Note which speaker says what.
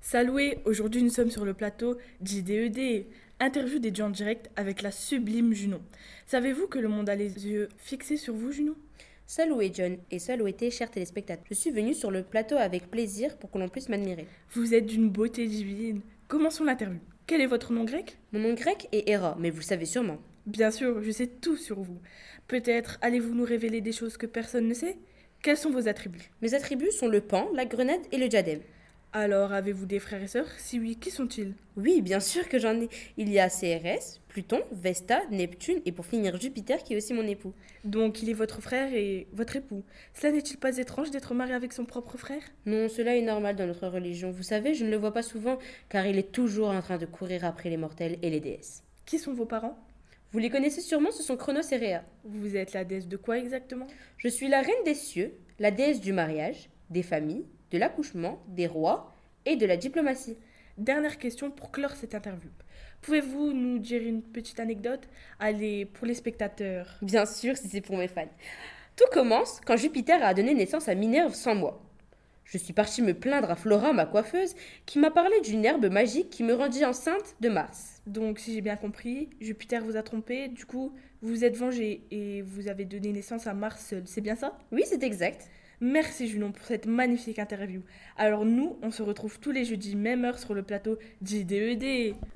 Speaker 1: Saloué, aujourd'hui nous sommes sur le plateau JDED. Interview des gens en direct avec la sublime Junon. Savez-vous que le monde a les yeux fixés sur vous, Junon
Speaker 2: Saloué John et saloué tes chers téléspectateurs. Je suis venue sur le plateau avec plaisir pour que l'on puisse m'admirer.
Speaker 1: Vous êtes d'une beauté divine. Commençons l'interview. Quel est votre nom grec
Speaker 2: Mon nom grec est Hera, mais vous le savez sûrement.
Speaker 1: Bien sûr, je sais tout sur vous. Peut-être allez-vous nous révéler des choses que personne ne sait Quels sont vos attributs
Speaker 2: Mes attributs sont le pan, la grenade et le diadème.
Speaker 1: Alors, avez-vous des frères et sœurs Si oui, qui sont-ils
Speaker 2: Oui, bien sûr que j'en ai. Il y a CRS, Pluton, Vesta, Neptune et pour finir Jupiter qui est aussi mon époux.
Speaker 1: Donc, il est votre frère et votre époux. Cela n'est-il pas étrange d'être marié avec son propre frère
Speaker 2: Non, cela est normal dans notre religion. Vous savez, je ne le vois pas souvent car il est toujours en train de courir après les mortels et les déesses.
Speaker 1: Qui sont vos parents
Speaker 2: Vous les connaissez sûrement, ce sont Chronos et Rhea.
Speaker 1: Vous êtes la déesse de quoi exactement
Speaker 2: Je suis la reine des cieux, la déesse du mariage, des familles, de l'accouchement, des rois et de la diplomatie.
Speaker 1: Dernière question pour clore cette interview. Pouvez-vous nous dire une petite anecdote Allez, pour les spectateurs.
Speaker 2: Bien sûr, si c'est pour mes fans. Tout commence quand Jupiter a donné naissance à Minerve sans moi. Je suis partie me plaindre à Flora, ma coiffeuse, qui m'a parlé d'une herbe magique qui me rendit enceinte de Mars.
Speaker 1: Donc, si j'ai bien compris, Jupiter vous a trompé, du coup, vous vous êtes vengé et vous avez donné naissance à Mars seul, c'est bien ça
Speaker 2: Oui, c'est exact.
Speaker 1: Merci Junon pour cette E magnifique interview. Alors nous, on se retrouve tous les jeudis, même heure, sur le plateau d'IDED.